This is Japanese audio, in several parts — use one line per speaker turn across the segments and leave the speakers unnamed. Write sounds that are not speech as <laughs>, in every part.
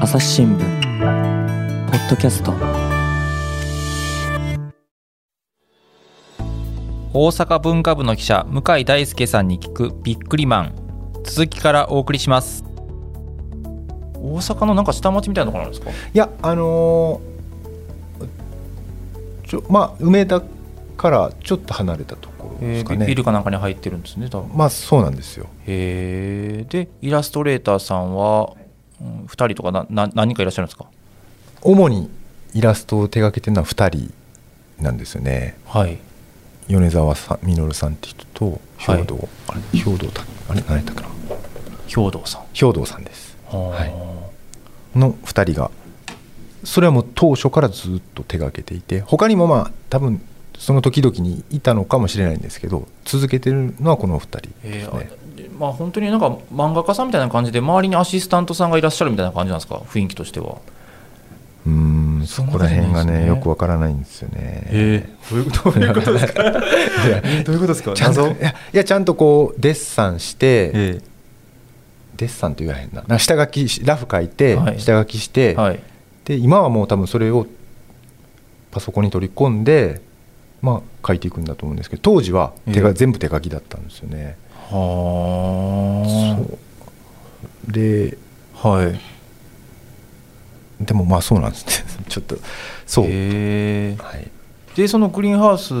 朝日新聞ポッドキャスト
大阪文化部の記者向井大輔さんに聞くビックリマン続きからお送りします大阪のなんか下町みたいなところなんですか
いやあのーちょまあ梅田からちょっと離れたところで
え
すか
ービ
ね
ビルかなんかに入ってるんですね多分
まあそうなんですよ
へえでイラストレーターさんは2人とかなな何人かいらっしゃるんですか
主にイラストを手掛けてるのは2人なんですよね
はい
米沢さん実さんって人と
はい
兵藤、あれ兵藤たあれ何やったかな
兵藤さん
兵藤さんです
はい
の2人がそれはもう当初からずっと手掛けていて他にもまあ多分その時々にいたのかもしれないんですけど続けてるのはこの2人で
え
す
ー
ね、
あでまあ本当になんか漫画家さんみたいな感じで周りにアシスタントさんがいらっしゃるみたいな感じなんですか雰囲気としては
うーんそこら辺が
そんなことないですね
ねよくわからないんですよね。
え
どういうことどういうことですか
どう <laughs> いうことですか
ちゃんといやいやちゃんとこうデッサンして、
え
デッサンって言わへんなな下書きしラフ書いて、
はい
下書きして、
はい
で今はもう多分それをパソコンに取り込んで、まあ、書いていくんだと思うんですけど当時は手が、
ええ
全部手書きだったんですよね。
は
そうで
あはい
でもまあそうなんですね <laughs> ちょっとそう、
へー
はい、
でそのグリーンハウス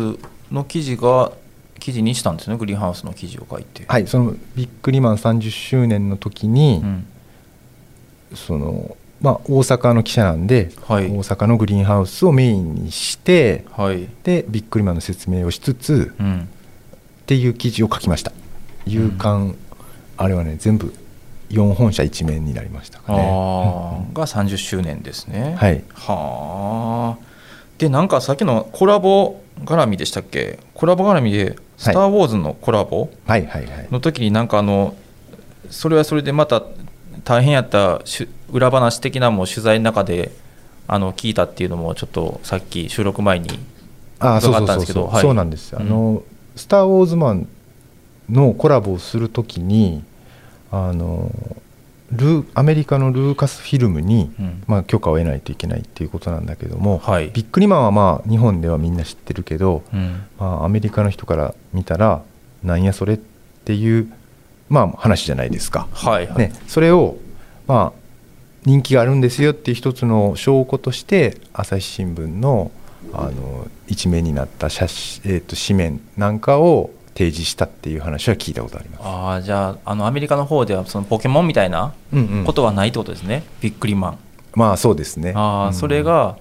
の記事が記事にしたんですねグリーンハウスの記事を書いて
はい、そのビックリマン30周年の時に、
うん
そのまあ、大阪の記者なんで、
はい
大阪のグリーンハウスをメインにして
はい
でビックリマンの説明をしつつ
うん
っていう記事を書きました夕刊、あれはね全部4本社一面になりましたかね
あ
うん
ーが30周年ですね
はい
はあでなんかさっきのコラボ絡みでしたっけコラボ絡みで「スター・ウォーズ」のコラボ
はいはいはい
の時になんかあのそれはそれでまた大変やったし裏話的なも取材の中であの聞いたっていうのもちょっとさっき収録前に
ああそう
伺
そ
っ
う
たん
そ
です
う
け
そ
ど
う、
はい
そうなんです
うん
あの「スター・ウォーズマン」のコラボをするときにあのルーアメリカのルーカスフィルムに、
うん
まあ、許可を得ないといけないっていうことなんだけども、
はい
ビックリマンはまあ日本ではみんな知ってるけど、
うん
まあ、アメリカの人から見たらなんやそれっていう、まあ、話じゃないですか、
はいはい、
ね、それを、まあ、人気があるんですよっていう一つの証拠として朝日新聞のあの一面になった写真、えー、と紙面なんかを提示したっていう話は聞いたことあります。
ああじゃああのアメリカの方ではそのポケモンみたいな
うんうん
ことはないってことですね、ビックリマン
まあそうですね。
ああ
うん
それが、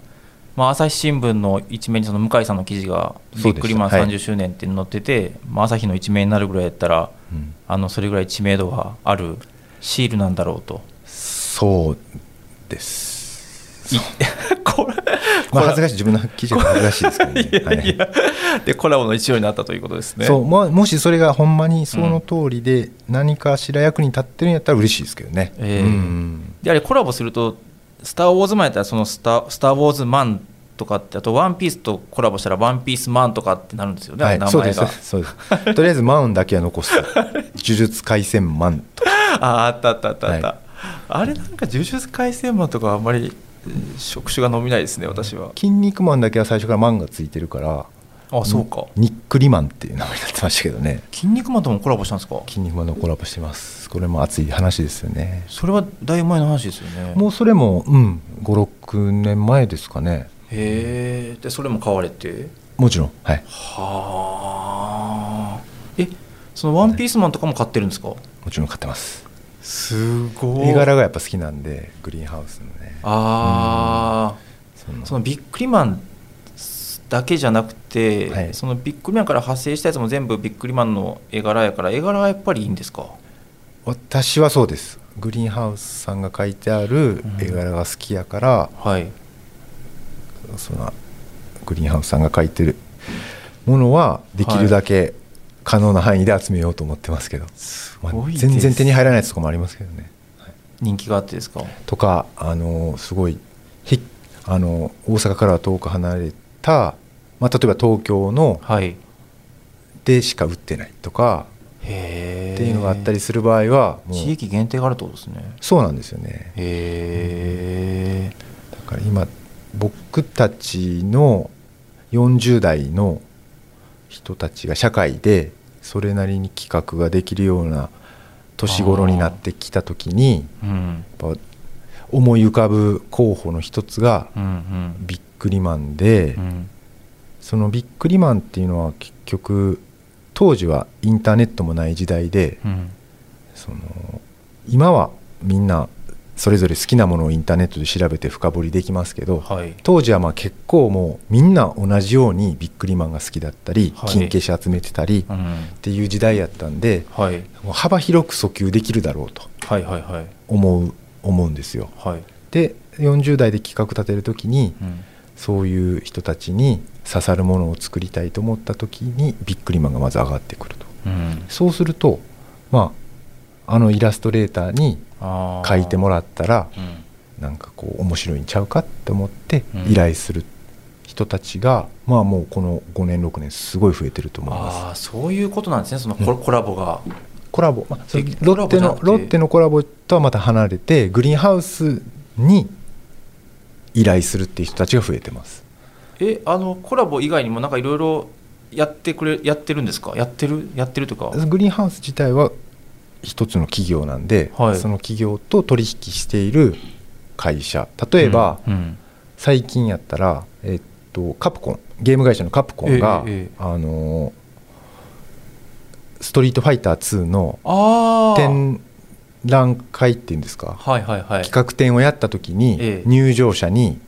まあ、朝日新聞の一面にその向井さんの記事が「
そうでした
ビックリマン
はい
30周年」って載ってて、まあ、朝日の一面になるぐらいやったら
うん
あのそれぐらい知名度があるシールなんだろうと。
そうです。
い <laughs> これ
まあ、恥ずかしい自分の記事が恥ずかしいですけどね。
<laughs> いや
はい
いやでコラボの一助になったということですね。
そうももしそれがほんまにその通りで何かしら役に立ってるんやったら嬉しいですけどね、
ええ
うん
であれコラボすると「スター・ウォーズマン」やったらそのスター「スター・ウォーズマン」とかってあと「ワンピースとコラボしたら「ワンピースマン」とかってなるんですよね、
は
あ
い
の、名
そう
前
です
が。
<laughs> そうですとりあえずマウンだけは残す呪術廻戦マンとか
<laughs> ああったあったあったあった、
はい
あれなんか「呪術廻戦マン」とかあんまりえー触手が伸びないですね私は
筋肉マンだけは最初からマンがついてるから
あそうか
ニックリマンっていう名前になってましたけどね
「筋肉マン」ともコラボしたんですか
筋肉マンのコラボしてますこれも熱い話ですよね
それはだいぶ前の話ですよね
もうそれもうん56年前ですかね
へえでそれも買われて
もちろんはい
はあえその「ワンピースマン」とかも買ってるんですか
もちろん買ってます
すご
絵柄がやっぱ好きなんでグリーンハウスのね
ああ、
その
そのビックリマンだけじゃなくて、
はい
そのビックリマンから派生したやつも全部ビックリマンの絵柄やから絵柄はやっぱりいいんですか
私はそうですグリーンハウスさんが書いてある
うん
絵柄が好きやから、
はい
そのグリーンハウスさんが書いてるものはできるだけ可能な範囲で集めようと思ってますけど、まあ
ごいです
全然手に入らないやつとかもありますけどね
人気があってですか
とかあのすごいひあの大阪からは遠く離れた、まあ、例えば東京の
はい
でしか売ってないとか
へへえ
っていうのがあったりする場合はもう
地域限定があるってことですね
そうなんですよね
へえ
だから今僕たちの40代の人たちが社会でそれなりに企画ができるような年頃になってきた時に
うん
やっぱ思い浮かぶ候補の一つが
うんうん
ビックリマンで、
うん
そのビックリマンっていうのは結局当時はインターネットもない時代で
うん
その今はみんなそれぞれ好きなものをインターネットで調べて深掘りできますけど、
はい
当時はまあ結構もうみんな同じようにビックリマンが好きだったり、
はい
金消し集めてたり
う
っ
ん
ていう時代やったんで
はい
もう幅広く訴求できるだろうと
はいはいはい
思う思うんですよ。
はい
で40代で企画立てる時に
うん
そういう人たちに刺さるものを作りたいと思った時にビックリマンがまず上がってくると
うん
そうするとまああのイラストレーターに
あー
書いてもらったら
うん
なんかこう面白いんちゃうかって思って
うん
依頼する人たちが、まあもうこの5年6年すごい増えてると思います
ああそういうことなんですねそのコラコラボが
コラボ、まあ、それ
え
ロッテの
コラボじゃな
ロ
くて
ッテのコラボとはまた離れてグリーンハウスに依頼するっていう人たちが増えてます
えあのコラボ以外にもなんかいろいろやってくれやってるんですかやってるやってるとか
グリーンハウス自体は一つの企業なんで、
はい
その企業と取引している会社例えば、
うん
最近やったら、えっと、カプコンゲーム会社のカプコンが、
ええええ
あのーストリートファイター2」の
ああ
展覧会っていうんですか
はいはいはい
企画展をやった時
え
に
え
入場者に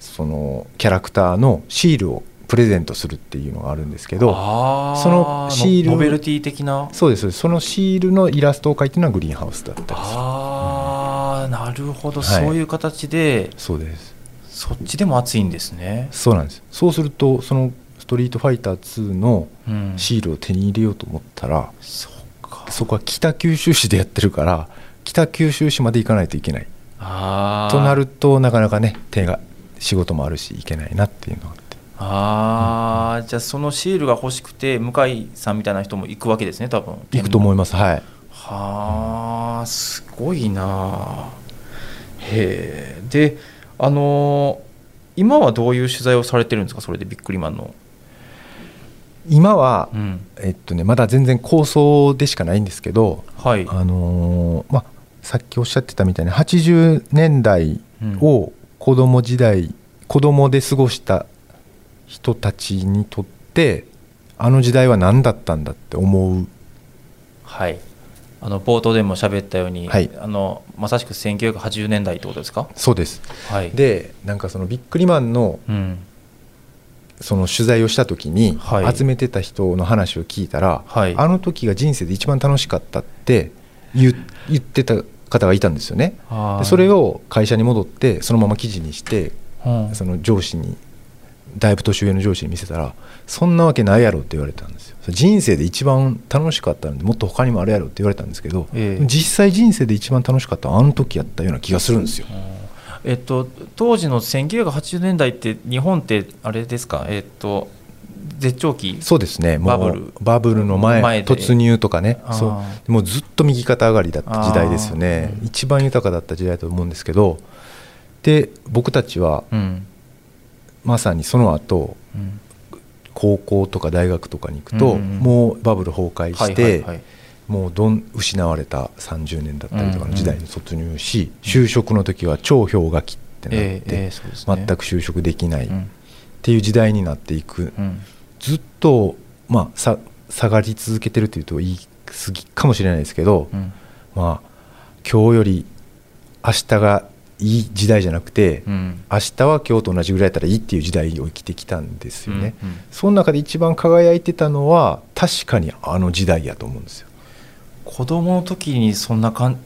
そのキャラクターのシールをプレゼントするっていうのがあるんですけど
あ
そのシール
ノノベルティ的な
そうですそうですそのシールのイラストを描いてるのはグリーンハウスだったりする
ああなるほど、
はい
そういう形で
そうです
そっちでも熱いんですね、
そうなんですそうするとその「ストリートファイター2」の
うん、
シールを手に入れようと思ったら、
そっか
そこは北九州市でやってるから北九州市まで行かないといけない
あー
となるとなかなかね手が仕事もあるし行けないなっていうのがあって
ああじゃあそのシールが欲しくて向井さんみたいな人も行くわけですね多分
行くと思いますはい
はあすごいなあへえであのー今はどういう取材をされてるんですかそれでビックリマンの、
今は、
うん、
えっとねまだ全然構想でしかないんですけど
はい
あのーまあさっきおっしゃってたみたいに80年代を子供時代、子供で過ごした人たちにとってあの時代は何だったんだって思う
はいあの冒頭でも喋ったように、
はい
あのまさしく1980年代ってことですか
そうです
はい
でなんかそのビックリマンの
うん
その取材をした時に
はい
集めてた人の話を聞いたら、
はい
あの時が人生で一番楽しかったって言う言ってた方がいたんですよね
あー
でそれ、を会社に戻ってそのまま記事にして
うん
その上司にだいぶ年上の上司に見せたら「そんなわけないやろ」って言われたんですよそれ人生で一番楽しかったのでもっと他にもあるやろって言われたんですけど、
ええ
実際人生で一番楽しかったのはあの時やったような気がするんですよ
えっと、当時の1980年代って日本ってあれですか、えっと、絶頂期
そうですねもう
バブル
バブルの前
前で
突入とかね
あー
そうもうずっと右肩上がりだった時代ですよね
あー
一番豊かだった時代だと思うんですけどで僕たちは
うん
まさにその後
うん
高校とか大学とかに行く
う
と、
んうんうん
もうバブル崩壊して、
はいはいはい
もうどん失われた30年だったりとかの時代に突入し、就職の時は超氷河期ってなって、
ええええそうですね
全く就職できないっ
うん
ていう時代になっていく
うん
ずっと、まあ、さ下がり続けてるというと言い過ぎかもしれないですけど、
うん
まあ、今日より明日がいい時代じゃなくて、
うん
明日は今日と同じぐらいだったらいいっていう時代を生きてきたんですよね、
うんうん
その中で一番輝いてたのは確かにあの時代やと思うんですよ。
子供の時にそんな感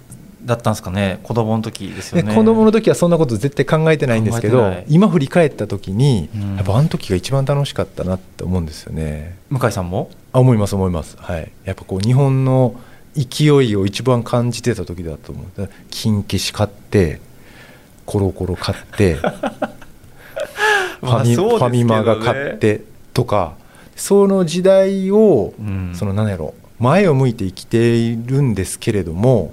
だったんですかね子供の時ですよ
で
ね
子供の時はそんなこと絶対考えてないんですけ
考え
ど
てない
今振り返った時に、
うん
やっぱあの時が一番楽しかったなって思うんですよね。
向井さんも
あ思います思いますはいやっぱこう日本の勢いを一番感じてた時だと思うだから金消し買ってコロコロ買っ
<laughs>
てファミ
まあそうですけどね
ファミマが買ってとかその時代を、
うん
その何やろ前を向いて生きているんですけれども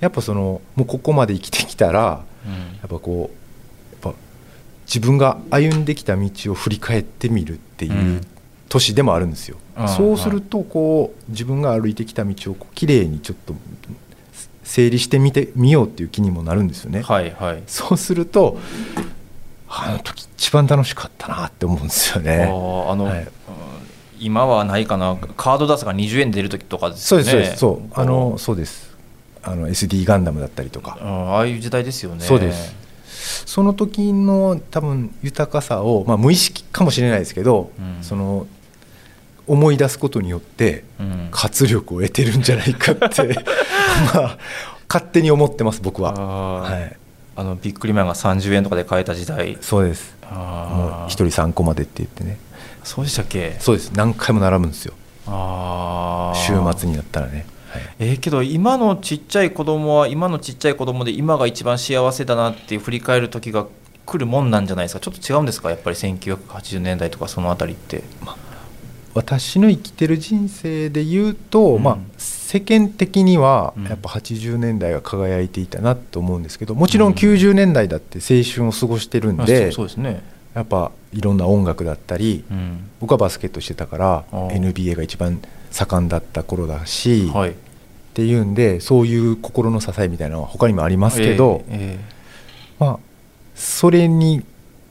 やっぱそのもうここまで生きてきたらやっぱこうやっぱ自分が歩んできた道を振り返ってみるっていう年でもあるんですよ、
うん
そうするとこう自分が歩いてきた道をこう綺麗にちょっと整理してみてみようっていう気にもなるんですよね、
はいはい
そうするとあの時一番楽しかったなって思うんです
あ
よね
ーあの、
はい
うん今はないかなカード出すが20円出る時とかです
そう
よ
で
ね
すそうです、そうあのそうですあの SD ガンダムだったりとか
うんああいう時代ですよね
そうですその時の多分豊かさを、まあ、無意識かもしれないですけど、
うん
その思い出すことによって
うん
活力を得てるんじゃないかって
<laughs>
まあ勝手に思ってます僕は、
あー
はい、
あのビックリマンが30円とかで買えた時代
そうですも
あ
う
あ
1人3個までって言ってね
そうでしたっけ
そうです何回も並ぶんですよ
ああ
週末になったらね、はい
えーけど今のちっちゃい子供は今のちっちゃい子供で今が一番幸せだなって振り返る時が来るもんなんじゃないですかちょっと違うんですかやっぱり1980年代とかそのあたりって
私の生きてる人生で言うと、
うん
まあ、世間的には
うん
やっぱ80年代が輝いていたなと思うんですけどもちろ
うん
ん90年代だって青春を過ごしてるん
あ
で、
そうそうですね、
やっぱいろんな音楽だったり、
うん
僕はバスケットしてたから
ああ
NBA が一番盛んだった頃だし、
は
っ
い
ていうんでそういう心の支えみたいなのは他にもありますけど、
えーえ
まあ、それに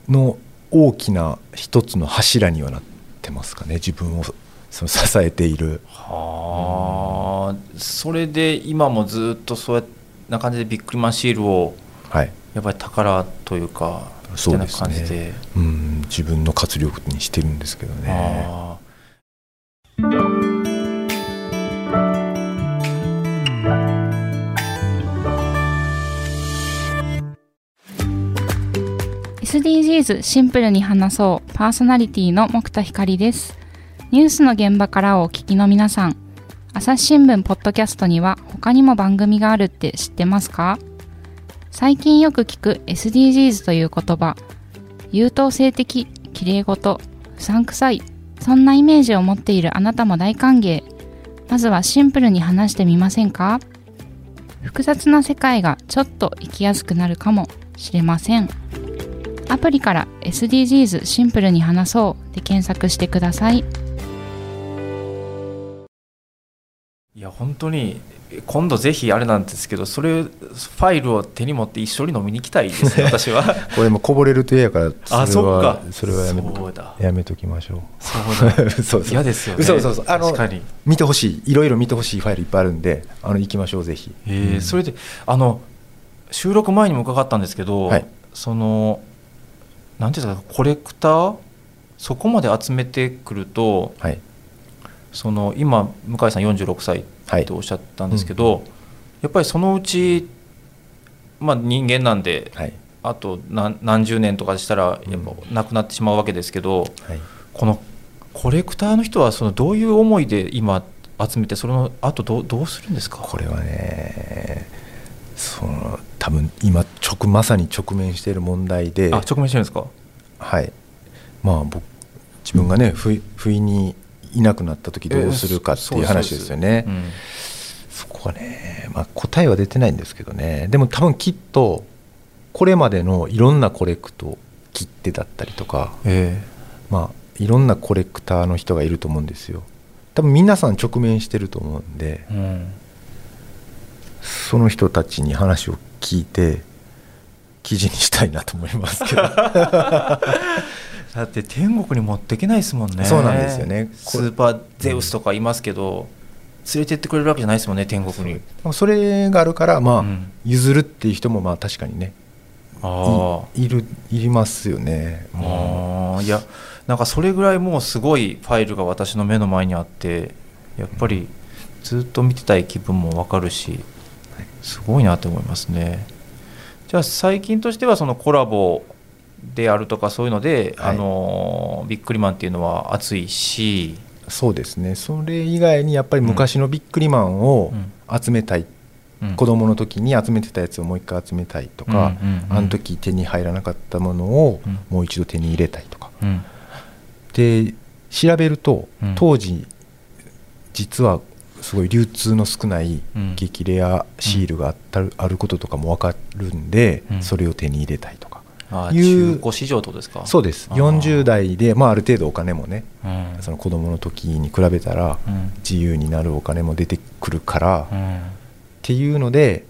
の大きな一つの柱にはなってますかね自分をその支えている。
ーはあそれで今もずっとそうやな感じでビックリマンシールを
はい
やっぱり宝というか
そう
み
で
たいな
すね
感じで
うん、自分の活力にしてるんですけどね。
あ
う SDGs シンプルに話そうパーソナリティの木田光ですニュースの現場からをお聞きの皆さん朝日新聞ポッドキャストには他にも番組があるって知ってますか最近よく聞く SDGs という言葉優等生的綺麗事不散くさいそんなイメージを持っているあなたも大歓迎まずはシンプルに話してみませんか複雑な世界がちょっと生きやすくなるかもしれませんアプリから SDGs シンプルに話そうで検索してください
ーいや本当に今度ぜひあれなんですけどそれファイルを手に持って一緒に飲みに行きたいです <laughs> ね私は
これもこぼれると嫌やから、
あ
それ
そっ
は
か
それはやめ
そうだ
やめときましょ
そうだ
う。 <laughs> そうそ
嫌
う。
ですよね
そうそうそうあの
確かに
見てほしい、いろいろ見てほしいファイルいっぱいあるんで、あの行きましょうぜひ。
えーそれであの収録前にも伺ったんですけど、
はい
そのなんていうんですかコレクターそこまで集めてくると
はい
その今向井さん46歳
はい
っておっしゃったんですけど、やっぱりそのうち、まあ、人間なんで
はい
あと何何十年とかしたら
うん
やっぱなくなってしまうわけですけど、
はい。
このコレクターの人はそのどういう思いで今集めてそれのあとどうどうするんですか
これはね、その多分今直まさに直面している問題で、
あ直面してるんですか
はい。まあ僕自分がね不不意にいなくなった時どうするかっていう話ですよね。
うん
そこはね、まあ、答えは出てないんですけどねでも多分きっとこれまでのいろんなコレクト切手だったりとか、
え
まあ、いろんなコレクターの人がいると思うんですよ多分皆さん直面してると思うんで
えうん
その人たちに話を聞いて記事にしたいなと思いますけど
だって天国に持っていけないですもんね
そうなんですよね
スーパーゼウスとかいますけど、連れてってくれるわけじゃないですもんね天国に
まあ <laughs> それがあるからまあ、
うん
譲るっていう人もまあ確かにね
あ
いいるいりますよね、
あああいやなんかそれぐらいもうすごいファイルが私の目の前にあってやっぱりずっと見てたい気分もわかるしすごいなと思いますねじゃあ最近としてはそのコラボであるとかそういうので、
は
あ
い
のビックリマンっていうのは熱いし、
そうですねそれ以外にやっぱり昔のビックリマンを集めたい、
うん
子供の時に集めてたやつをもう一回集めたいとか、
うんうんうん
あの時手に入らなかったものを
うん
もう一度手に入れたいとか、
うん
で調べると
うん
当時実はすごい流通の少ない
うん
激レアシールがあったるあることとかも分かるんで、
うん
それを手に入れたいとか、
あ
い
中
う
古市場ってことですか
そうです
あー
40代で、まあ、ある程度お金もね
うん
その子供の時に比べたら
うん
自由になるお金も出てくるから、
う
っ
ん
ていうので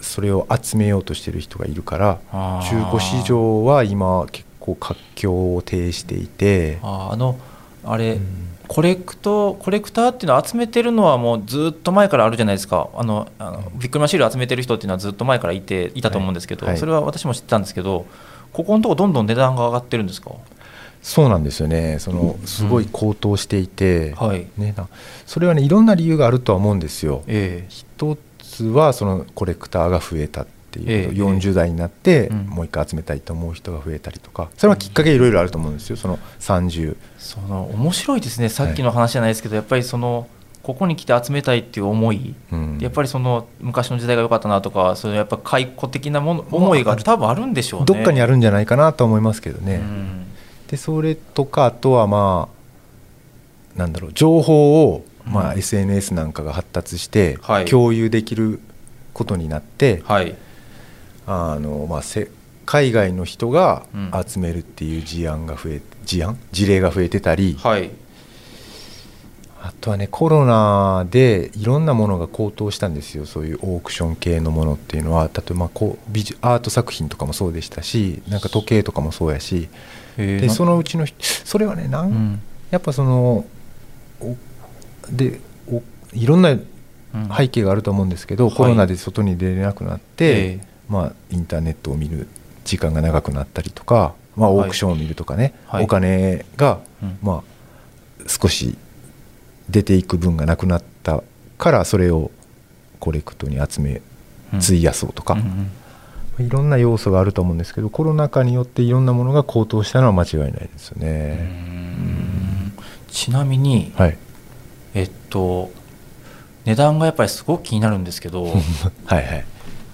それを集めようとしてる人がいるから
あー
中古市場は今結構活況を呈していて、
あーあのあれ、
うん
コレクトコレクターっていうのは集めてるのはもうずっと前からあるじゃないですかあのあのビックリマンシール集めてる人っていうのはずっと前からいていたと思うんですけど、
はいはい
それは私も知ってたんですけどここのとこどんどん値段が上がってるんですか
そうなんですよねそのすごい高騰していて、
はい
ね、なそれはねいろんな理由があるとは思うんですよ。
ええ
一つはそのコレクターが増えたっていうこと、
ええ
40代になって
うん
もう一回集めたいと思う人が増えたりとかそれはきっかけいろいろあると思うんですよその30
その面白いですねさっきの話じゃないですけど、やっぱりそのここに来て集めたいっていう思い
うん
やっぱりその昔の時代が良かったなとかそのやっぱ解雇的なもの思いが多分あるんでしょうね。
どっかにあ
る
るんじゃないかなと思いますけどね、
うん
でそれとかあとはまあなんだろう情報をまあ
うん
SNS なんかが発達して
はい
共有できることになって、
はい、
あのまあ、せ海外の人が
うん
集めるっていう事案が増え事案事例が増えてたり、
はい
あとはねコロナでいろんなものが高騰したんですよそういうオークション系のものっていうのは例えばまあこう美術アート作品とかもそうでしたしなんか時計とかもそうやし
え
でそ
の、
のうちのひそれはねな
うんん
やっぱそのおでおいろんな
うん
背景があると思うんですけど、
はい
コロナで外に出れなくなって、
ええ
まあ、インターネットを見る時間が長くなったりとか、まあ、
はい
オークションを見るとかね、
はい
お金が、
うん
まあ、少し出ていく分がなくなったからそれをコレクトに集め
うん
費やそうとか、
うんう
ま
ん
あいろんな要素があると思うんですけどコロナ禍によっていろんなものが高騰したのは間違いないですよ
う
ね。
んちなみに、
はい、 <laughs>
えっと値段がやっぱりすごく気になるんですけど
はい、はい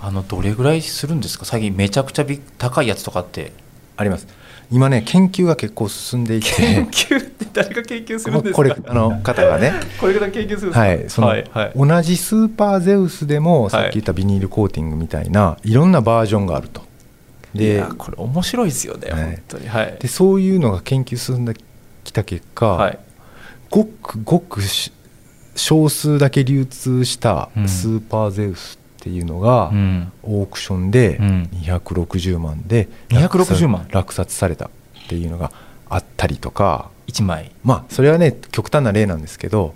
あのどれぐらいするんですか最近めちゃくちゃび高いやつとかって
あります今ね研究が結構進んでいて
究って誰が研究
<laughs> これあの方がね
これが研究する
はい、その、同じスーパーゼウスでもさっき言ったビニールコーティングみたいな、い、ろんなバージョンがあると
い
で
やこれ面白いですよね、
はい
本当にはい
でそういうのが研究進んできた結果、
はい
ごくごくし少数だけ流通した
うん
スーパーゼウスっていうのが、
うん
オークションで
うん
260万で
260万
落札されたっていうのがあったりとか
1枚
まあそれはね極端な例なんですけど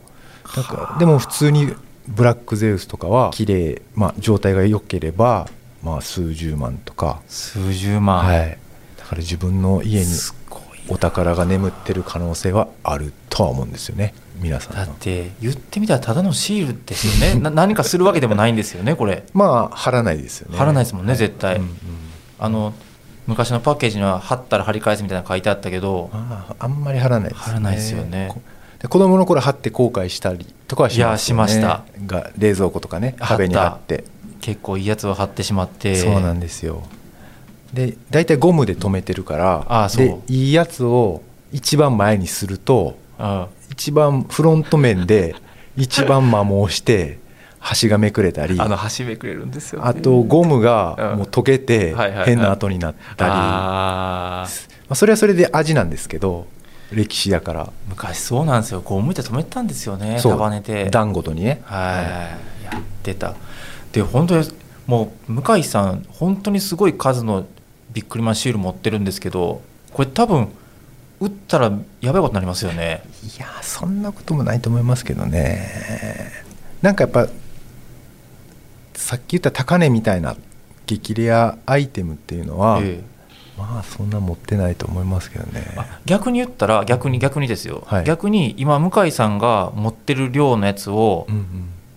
なんかでも普通にブラックゼウスとかは綺麗まあ状態が良ければまあ数十万とか、
数十万、
はい、だから自分の家に
すごい
お宝が眠ってる可能性はあるとは思うんですよね皆さ
だ
ん
っ
の。
て言ってみたらただのシールですよねな <laughs> 何かするわけでもないんですよねこれ
まあ貼らないですよね。
貼らないですもんね
は
絶対
うんうん
あの昔のパッケージには貼ったら貼り返すみたいなの書いてあったけど
あああんまり貼らないです、
貼らないですよね
こで子供の頃貼って後悔したりとかはしますよね
いやしました
が冷蔵庫とかね
貼った
壁に貼って
結構いいやつを貼ってしまって
そうなんですよで大体ゴムで留めてるから
ああそう
でいいやつを一番前にすると
うん
一番フロント
<laughs>
面で一番摩耗して端がめくれたり
あの
あ
端めくれるんですよ、ね、
とゴム
う
が
ん
もう溶けて
はいはいはい
変な跡になったり、ま
あー
あ、それはそれで味なんですけど歴史だから
昔そうなんですよゴムって止めてたんですよね
そう
束ねて
段ごとにね
はい、やってたで本当にもう向井さん本当にすごい数のビックリマンシール持ってるんですけどこれ多分打ったらやばいことになりますよね
いやーそんなこともないと思いますけどねなんかやっぱさっき言った高値みたいな激レアアイテムっていうのは、
え
まあそんな持ってないと思いますけどね
えあ逆に言ったら逆に逆にですよ、
はい
逆に今向井さんが持ってる量のやつを
うんうん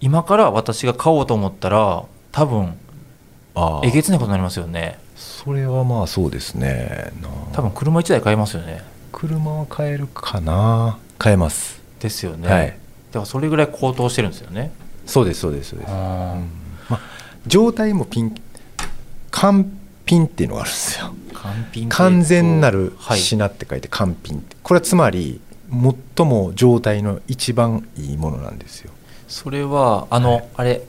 今から私が買おうと思ったら多分
ああ
えげつないことになりますよね
それはまあそうですねなあ
多分車1台買えますよね
車は買えるかな買えます、
ですよね、
はい
だからそれぐらい高騰してるんですよね
そうですそうですそうです、
あ
うんまあ、状態もピン完品っていうのがあるんですよ
ー完品
完全なる
はい
品って書いて完品ってこれはつまり最も状態の一番いいものなんですよ
それはあの、あれ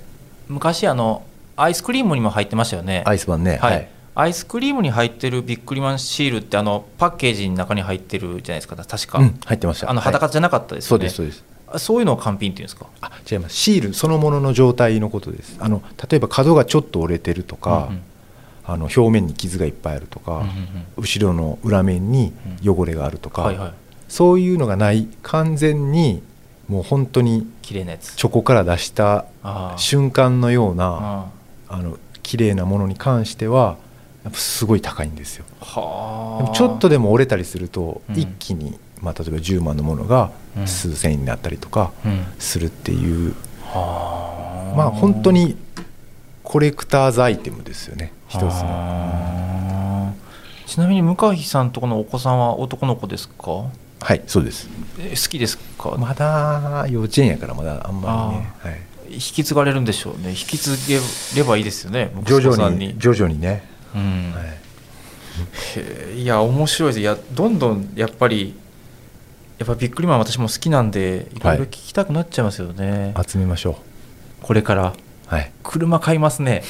昔あのアイスクリームにも入ってましたよね
アイスバンね
はい、アイスクリームに入ってるビックリマンシールってあのパッケージの中に入ってるじゃないですか確か、
うん、入ってました
あの
はい
裸じゃなかったです
そ
よ
う
ね、
ですそうです
あそういうのを完品っていうんですか
あ違いますシールそのものの状態のことですあの例えば角がちょっと折れてるとか、
うんうん
あの表面に傷がいっぱいあるとか、
うんうん
後ろの裏面に汚れがあると
うん
か、
はいはい
そういうのがない完全にもう本当に
綺麗なやつ
チョコから出した
あー
瞬間のような
あ
あの綺麗なものに関してはやっぱすごい高いんですよ
ーは
で
あ
もちょっとでも折れたりすると、
うん
一気に、まあ、例えば10万のものが
うん
数千円になったりとか
うん
するっていう、
は
まあ本当にコレクターズアイテムですよね一つの
のちなみに向井さんとこのお子さんは男の子ですか
はいそうです
え好きですか、
まだ幼稚園やからまだあんまりね、はい、
引き継がれるんでしょうね引き継げればいいですよね
徐
息子さ
々
ん
に徐々にね、
うん
はい、
へえいや面白いですいやどんどんやっぱりやっぱビックリマン私も好きなんでいろいろ聞きたくなっちゃいますよね、
集めましょ
これから
うはい
車買います <laughs> ね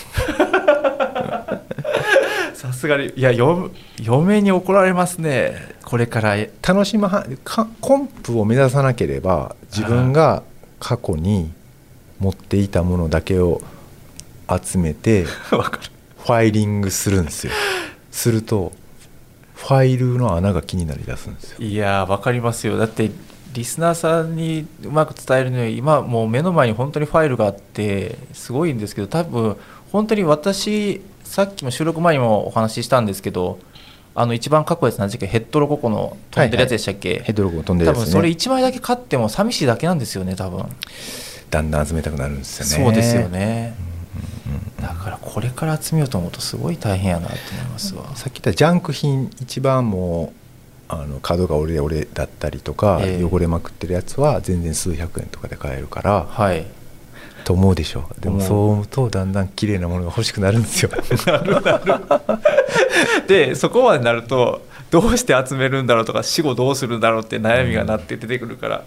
さすがにいや嫁嫁に怒られますねこれからえ
楽しまはかコンプを目指さなければ自分が過去に持っていたものだけを集めて
<laughs> わかる
ファイリングするんですよするとファイルの穴が気になりだすんですよ
いやーわかりますよだってリスナーさんにうまく伝えるのに今もう目の前に本当にファイルがあってすごいんですけど多分本当に私さっきも収録前にもお話ししたんですけどあの一番かっこいいやつ何でしたっけヘッドロココの飛んでるやつでしたっけ、
ヘッドロックも飛んで
多
るや
分
つ
それ
ね
1枚だけ買っても寂しいだけなんですよね多分
だんだん集めたくなるんですよね
そうですよねだからこれから集めようと思うとすごい大変やなと思いますわ
さっき言ったジャンク品一番もうあの角が折れ折れだったりとか、
ええ
汚れまくってるやつは全然数百円とかで買えるから
はい
と思うでしょうでも
思う
そう思うとだんだん綺麗なものが欲しくなるんですよ
でそこまでなるとどうして集めるんだろうとか死後どうするんだろうって悩みがなって出てくるから、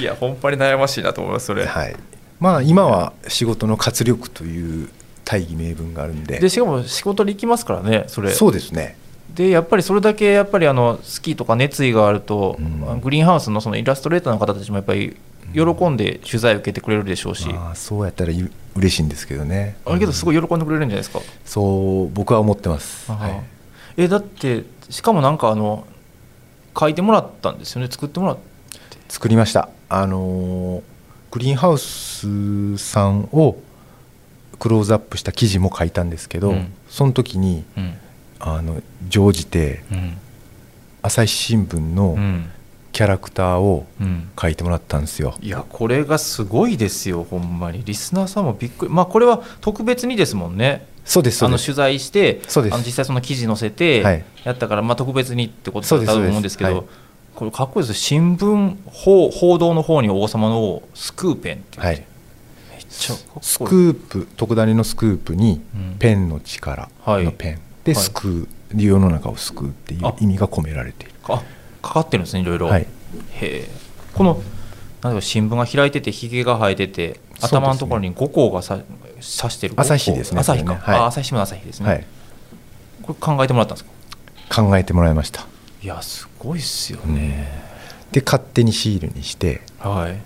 いやほんまに悩ましいなと思いますそれ、
はい <laughs> まあ今は仕事の活力という大義名分があるんで
でしかも仕事に行きますからねそれ
そうですね
でやっぱりそれだけやっぱりあの好きとか熱意があると、
うん
グリーンハウスのそのイラストレーターの方たちもやっぱり喜んで取材を受けてくれるでしょうし、
まあそうやったらゆ嬉しいんですけどね
あれけどすご
い、
い喜んでくれるんじゃないですか、
そう僕は思ってます、
あー
はい、
えだってしかもなんかあの書いてもらったんですよね作ってもらっ
作りましたあのーグリーンハウスさんをクローズアップした記事も書いたんですけど、
うん
その時に
たうん
あの乗じて
うん
朝日新聞
う
の
ん
キャラクターを
うん
書いてもらったんですよ、
いやこれがすごいですよほんまにリスナーさんもびっくりまあこれは特別にですもんね
そうですそ
あ
うで
の
す
取材して
そうです
あの実際その記事載せ
は
て
い
やったから、まあ特別にってこと
そ
だ
う
っ
です
たと思うんですけど
そうです
これかっこいいですよ新聞報報道の方に王様の王スクーペンっていう、
はい、
めっちゃかっこいい
スクープ特ダネのスクープに
うん
ペンの力
はい
のペン、で
はい
救う世の中を救うっていう
あ
意味が込められている
あかかってるんですねいろいろ、
はい
へえこのなんだか新聞が開いててひげが生えてて
すね
頭のところに五光がさ刺してる五
朝
光
日ですね
朝日か、
これねはい
あ朝日新聞の朝日ですね、
はい
これ考えてもらったんですか
考えてもらいました
いやすごいっすよ
ね
ね、
で勝手にシールにして、
はい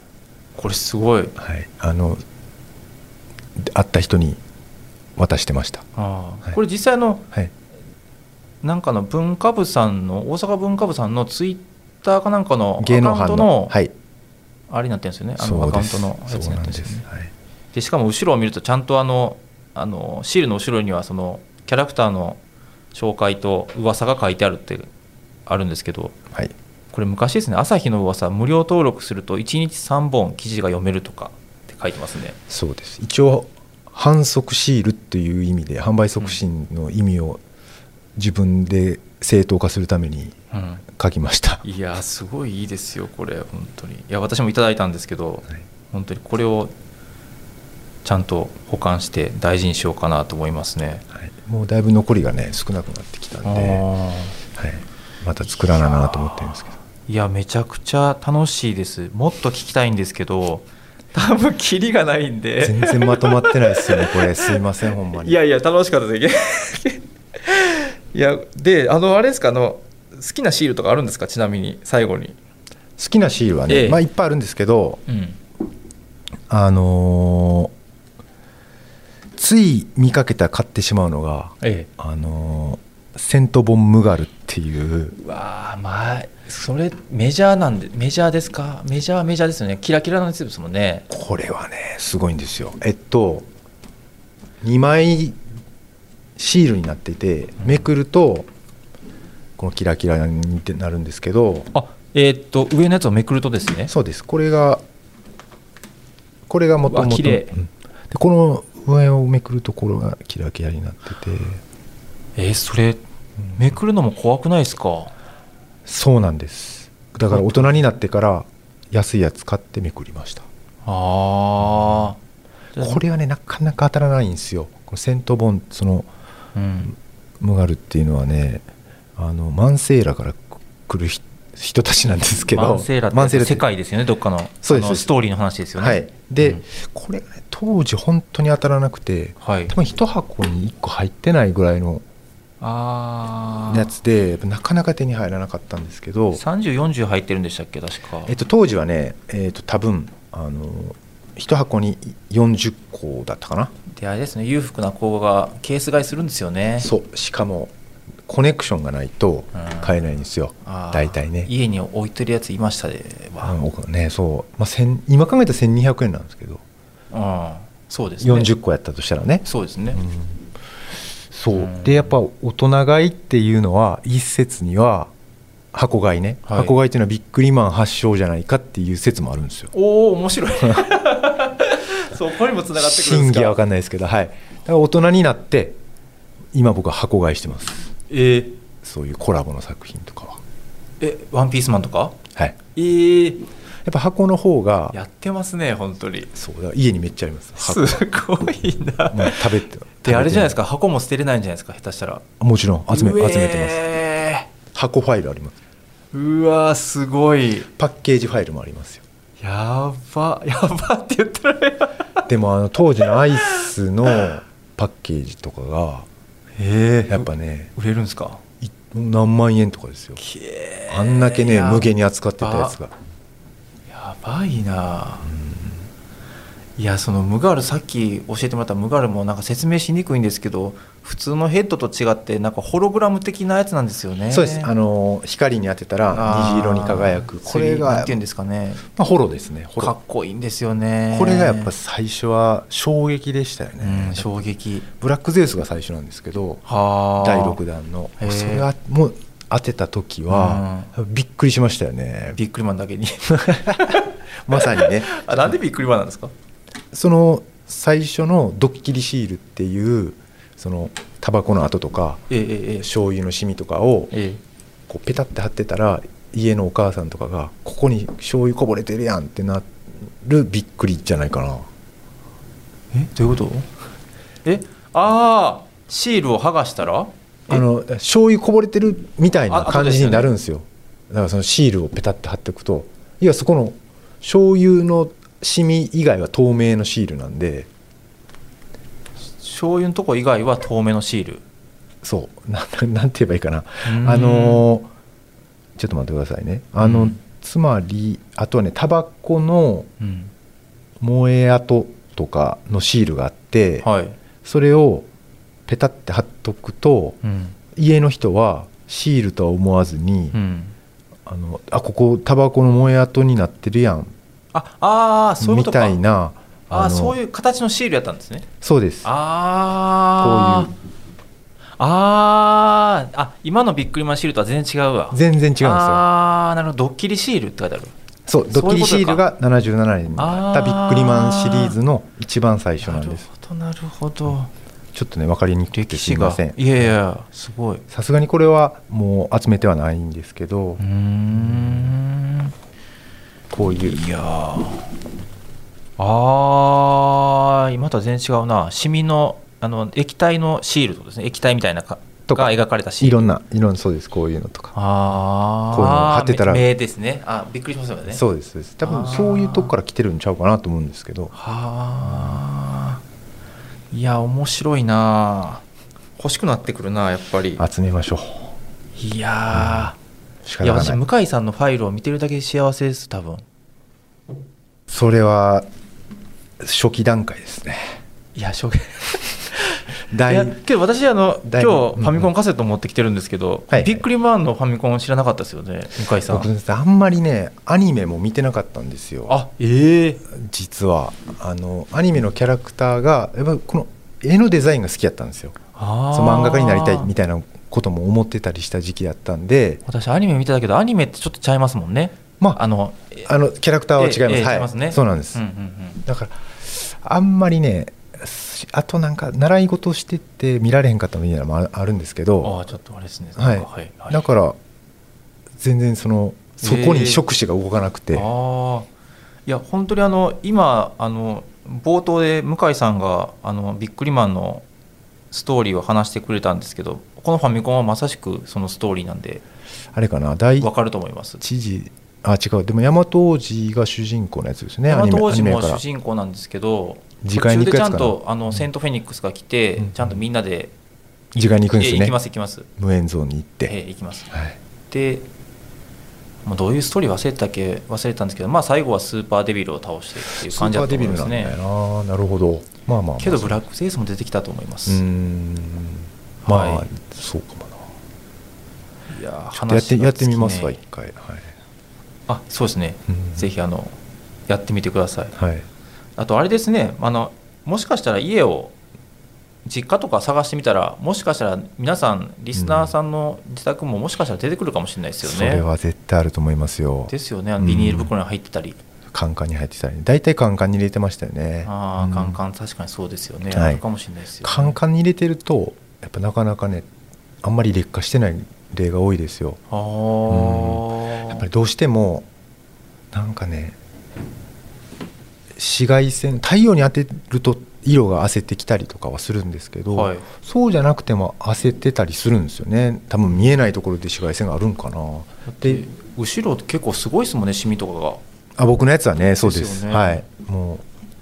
これすごい
はい、あの会った人に渡してました、
ああ、
はい
これ実際の
はい、
なんかの文化部さんの大阪文化部さんのツイッターかなんかのアカウ
芸
ン
能班
ト
の
の
はい
あれになってるんですよねあの
そ
ア
う
カウ
で
ント
す
のやつ
そ
に
う
な
な
っ
ん
てるん
で
ですよね
す、はい、
でしかも後ろを見るとちゃんとあのあのシールの後ろにはそのキャラクターの紹介と噂が書いてあるってあるんですけど
はい、
これ昔ですね朝日の噂無料登録すると1日3本記事が読めるとかって書いてますね
そうです一応反則シールっていう意味で販売促進の意味を自分で正当化するために
うん
書きました、
いやすごいいいですよこれ本当にいや私もいただいたんですけど
はい
本当にこれをちゃんと保管して大事にしようかなと思いますね
はいもうだいぶ残りがね少なくなってきたんで、はい、また作らななと思ってるんですけど
いやめちゃくちゃ楽しいですもっと聞きたいんですけど多分キリがないんで
全然まとまってないで
<laughs>
すよねこれすいませんほんまに
いやいや楽しかったですねいやであのあれですかあの好きなシールとかあるんですかちなみに最後に、
好きなシールはね、
ええ
まあいっぱいあるんですけど
うん、
あのーつい見かけたら買ってしまうのが
え
あのーセント・ボン・ムガルっていう
えわあまあそれメジャーなんでメジャーですかメジャーはメジャーですよねキラキラのやつですもんね
これはねすごいんですよえっと2枚シールになっていてめくるとこのキラキラになるんですけど
あえーっと上のやつをめくるとですね
そうですこれがこれがもとも
うわ
と
綺麗
この上をめくるところがキラキラになってて
えーそれめくるのも怖くないですか
そうなんですだから大人になってから安いやつ買ってめくりました
ああ
こ、れはねなかなか当たらないんですよこのセントボンその
うん、
ムガルっていうのはねあのマンセーラから来る人人たちなんですけど
マンセーラ
マン
って
って
世界ですよねどっかの
そう
あ
ですそう
の
です
ストーリーの話ですよね
はいで、
うん
これがね当時本当に当たらなくて
はい
多分一箱に1個入ってないぐらいの
ああ
やつでなかなか手に入らなかったんですけど、
3040入ってるんでしたっけ確か
えっと、当時はね、えっと、多分あの一箱に40個だったかな
であれですね裕福な子がケース買いするんですよね
そうしかもコネクションがないと
うん
買えないんですよ
あー
大体ね
家に置いてるやついましたで、わ
うん僕ねそう、まあ、千今考えたら1200円なんですけど、
うんそうですね
40個やったとしたらね
そうですね、
そう
うん
でやっぱ大人買いっていうのは一説には箱買いね、
はい
箱買いっていうのはビックリマン発祥じゃないかっていう説もあるんですよ
おお面
<laughs>
白いそうこれもつながってくるんです
真
か
偽は分かんないですけどはいだから大人になって今僕は箱買いしてます
えー
そういうコラボの作品とかは
えワンピースマンとか
はい
えー、
やっぱ箱の方が
やってますね本当に
そうだから家にめっちゃあります
す
箱
ごいな
もう食べて
<laughs> であれじゃないです
か
か箱も捨てれないんじゃないですか下手したら
もちろん集め
うえー
集めてます箱ファイルあります
うわーすごい
パッケージファイルもありますよ
やばやばって言ったらやば
でもあの当時のアイ
<laughs>
スのパッケージとかが
え
やっぱね
売れるんですか
い何万円とかですよあんだけね無限に扱ってたやつが
やばいな、いやそのムガールさっき教えてもらったムガールもなんか説明しにくいんですけど普通のヘッドと違ってなんかホログラム的なやつなんですよね
そうですあの光に当てたら
あー
虹色に輝くこれ
なん
が
て言うんですかね
まあホロですねホ
かっ
ロ
こいいんですよね
これがやっぱ最初は衝撃でしたよ
う
ね
ん衝撃
ブラックゼウスが最初なんですけど
はあ
第6弾の
へー
それはもう当てた時はびっくりしましたよね
ビックリマンだけに <laughs>
まさに <laughs> ね
あなんでビックリマンなんですか
その最初のドッキリシールっていうそのタバコの跡とか
ええええ
醤油のシミとかを
ええ
こうペタって貼ってたら家のお母さんとかが「ここに醤油こぼれてるやん」ってなるびっくりじゃないかな
えどういうことえああシールを剥がしたらえ
あの醤油こぼれてるみたいな
あ
感じになるんですよだからそのシールをペタって貼っておくといやそこの醤油のシミ以外は透明のシールなんで
醤油のとこ以外は透明のシール
そうな <laughs> ななんて言えばいいかな
うん
あのーちょっと待ってくださいねあの、
うん
つまりあとはねタバコの
うん
燃え跡とかのシールがあって、
はい、
それをペタって貼っとくと
うん
家の人はシールとは思わずに、
うん、
あのあここタバコの燃え跡になってるやん
ああーそういう
み
ことか
たいな
あーそう
う
いう形のシールやったんですね
そうです
ああ
こう
あーあ今のビックリマンシールとは全然違うわ
全然違うんですよ
ああなるほどドッキリシールって書いてある
そうドッキリシールが77年にあった
あー
ビックリマンシリーズの一番最初な
なんる
です
ほどなるほど
ちょっとね分かりにくくて
歴
す
史
い
が
ません
いやいやすごいう
さすがにこれはもう集めてはないんですけど、
ーん
こういう
いやーあー今とは全然違うなシミのあの液体のシールとですね液体みたいなか
とか
が描かれたシーン
いろんないろんなそうですこういうのとか
ああ
こういうのを貼ってたら
目目ですねあびっくりしますよね
そううですそうです多分そういうとこから来てるんちゃうかなと思うんですけど
はあいや面白いな欲しくなってくるなやっぱり
集めましょう
いや
仕
ー、い
方
や
が
私
ない
向井さんのファイルを見てるだけで幸せです多分
それは初期段階ですね
いや衝撃い
第
やけど私あの今
だ
日
い
フ
ぶ
ァミコンカセット持ってきてるんですけど、
はいはい
ビックリマンのファミコン知らなかったですよね向井さ
僕
ん
ですねあんまりねアニメも見てなかったんですよ
あええ
実はあのアニメのキャラクターがやっぱりこの絵のデザインが好きやったんですよ
あー
その漫画家になりたいみたいなことも思ってたりした時期だったんで
私アニメ見てたけどアニメってちょっとちゃいますもんね
まあ
あの
あのキャラクターは違います、
ええええ
はい
違いますね
そうなんです、
うんうんうん
だからあんまりねしあとなんか習い事してて見られへんかったのいいなのもああるんですけ
あ
ど
あちょっとあれですね
は
な
い
んかはいはい
だから全然そのそこに触手が動かなくて、
ああいや本当にあの今あの冒頭で向井さんがあのビックリマンのストーリーを話してくれたんですけどこのファミコンはまさしくそのストーリーなんで
あれかな第
わかると思います
一次あ違うでも大和王子が主人公のやつですねア
山
ニメ
当
ア
時
ニメ
も
か
主
ら
人公なんですけど
次回に行
途中
く
でちゃん
やつかな
とあのセント・フェニックスが来て、
うん
ちゃんとみんなで
時間に行くんです
え行
ね
きます行きます
無縁ゾーンに行っ
え
て、
行きます
はい、
でもうどういうストーリー忘れてたっけ忘れたんですけど、まあ、最後はスーパーデビルを倒してっていう
ス
感
ー
じだ
パー
と思い
デビル
ま
な
す
んだ
ね
よななるほどまあまあまあ
けどブラックゼイスも出てきたと思いま
う
す、
ーんまあ、
はい
そうかもない
や
ちょっとやって
話が
やってみますわ
尽き
一
ね
回はい、
あそうですね、
うん
ぜひあのやってみてください
はい、
あとあれですねあのもしかしたら家を実家とか探してみたらもしかしたら皆さんリスナーさんの自宅ももしかしたら出てくるかもしれないですよ
そ
ね、
れは絶対あると思いますよ
ですよねあのビニール袋に入ってたり、
カンカンに入ってたり大体カンカンに入れてましたよね
ああ、
うん
カンカン確かにそうですよね、
は
あ
い
るかもしれないですよ、ね、
カンカンに入れてるとやっぱなかなかねあんまり劣化してない例が多いですよ
あー
やっぱりどうしてもなんかね紫外線太陽に当てると色が焦ってきたりとかはするんですけど、
はい
そうじゃなくても焦ってたりするんですよね多分見えないところで紫外線があるんかな
だって後ろって結構すごいですもんねシミとかが
あ僕のやつはねそうです
ですよね
はいもう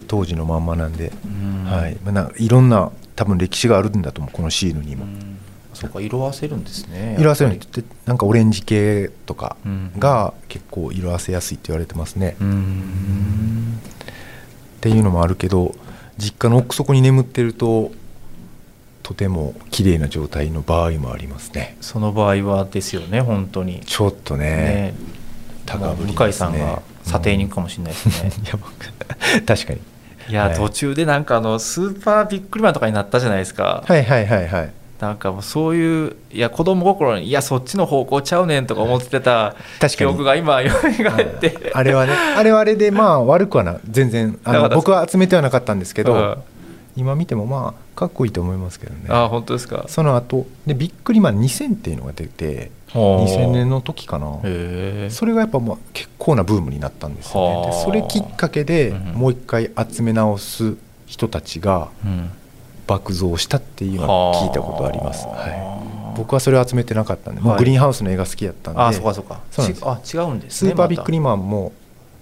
当時のまんまなんで、
うん
はいまあないろんな多分歴史があるんだと思うこのシールに
う
も、
んそうか色あせるんですね
色あせるのってなんかオレンジ系とか
が
が結構色あせやすいって言われてますね、
うん
っていうのもあるけど実家の奥底に眠ってるととても綺麗な状態の場合もありますね
その場合はですよね本当に
ちょっとね
ね
高ぶりですね
向井さんが査定に行くかもしれないですね、
いや僕確かに
いや、
はい
途中でなんかあのスーパービックリマンとかになったじゃないですか、
はいはいはいはい
なんかもうそういういや子供心にいやそっちの方向ちゃうねんとか思ってた
確
記
かに
憶が今蘇って、
あれはねあれはあれでまあ悪くはな全然あ
なかっ
の
たです
僕は集めてはなかったんですけど、
うん
今見てもまあかっこいいと思いますけどね
あ本当ですか
その後でビックリマン2000っていうのが出て2000年の時かな
へえ
それがやっぱまあ結構なブームになったんですよ
はあ
ねでそれきっかけで
うんうん
もう一回集め直す人たちが
うん
爆増したっていうのを聞いたことあります、は、
はい
僕はそれを集めてなかったんで、もう
はい
グリーンハウスの映画好きやったんで
あそうかそうか
そうなんです
ちあ違うんです
ス
ね
ーパービックリ
マ
マンも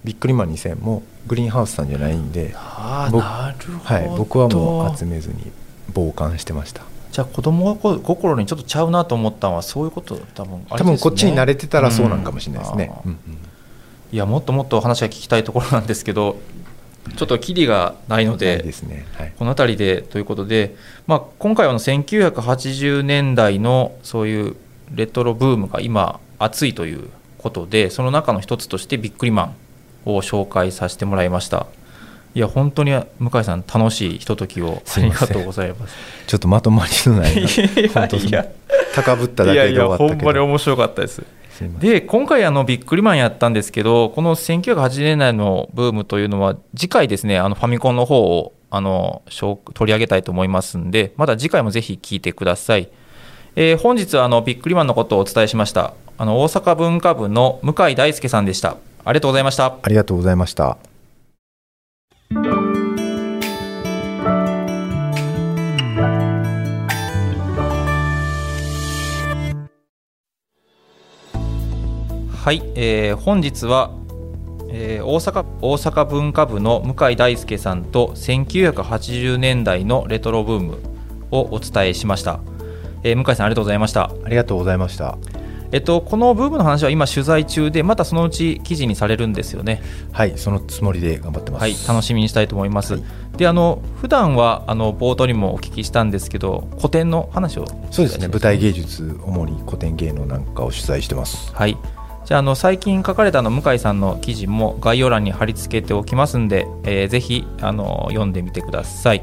ビックリマン2000もグリーンハウスさんじゃないんで、
あー
僕
なるほど、
はい、僕はもう集めずに傍観してました
じゃあ子供がこ心にちょっとちゃうなと思ったのはそういうこと多分あれですね
多分こっちに慣れてたらそうなんかもしれないですね、
うん
うんうん
いやもっともっと話が聞きたいところなんですけどちょっとキリがないの
いいで
です
ね、はい
この辺りでということで、まあ、今回はあの1980年代のそういうレトロブームが今熱いということでその中の一つとしてビックリマンを紹介させてもらいましたいや本当に向井さん楽しいひとときをあ
すい
り
ま
が
せん
とうございます
ちょっとまとまりのないな本当
<laughs> い
に
や
高ぶった
い
だ
や
け
い
で終
や
わった
ほ
けど
んまに面白かったです
すいません
で今回あのビックリマンやったんですけどこの1980年代のブームというのは次回ですねあのファミコンの方をあの紹取り上げたいと思いますんでまた次回もぜひ聞いてください、えー本日はあのビックリマンのことをお伝えしましたあの大阪文化部の向井大輔さんでしたありがとうございました
ありがとうございました。
はい、えー本日は、えー大阪大阪文化部の向井大輔さんと1980年代のレトロブームをお伝えしました、えー向井さんありがとうございました
ありがとうございました
えっとこのブームの話は今取材中でまたそのうち記事にされるんですよね
はいそのつもりで頑張ってます
はい、楽しみにしたいと思います。
はい
で、あの普段はあの冒頭にもお聞きしたんですけど、古典の話を
そうですね舞台芸術主に古典芸能なんかを取材してます
はい。じゃああの最近書かれたあの向井さんの記事も概要欄に貼り付けておきますんで、えーぜひあの読んでみてください。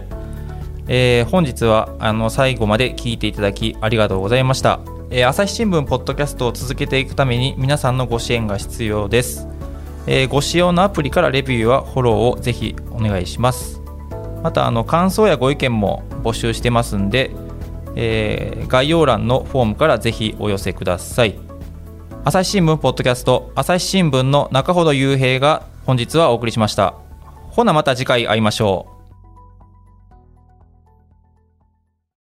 えー本日はあの最後まで聞いていただきありがとうございました、えー朝日新聞ポッドキャストを続けていくために皆さんのご支援が必要です、えーご使用のアプリからレビューはフォローをぜひお願いしますまたあの感想やご意見も募集してますんで、えー概要欄のフォームからぜひお寄せください朝日新聞ポッドキャスト朝日新聞の中ほど雄平が本日はお送りしましたほなまた次回会いましょう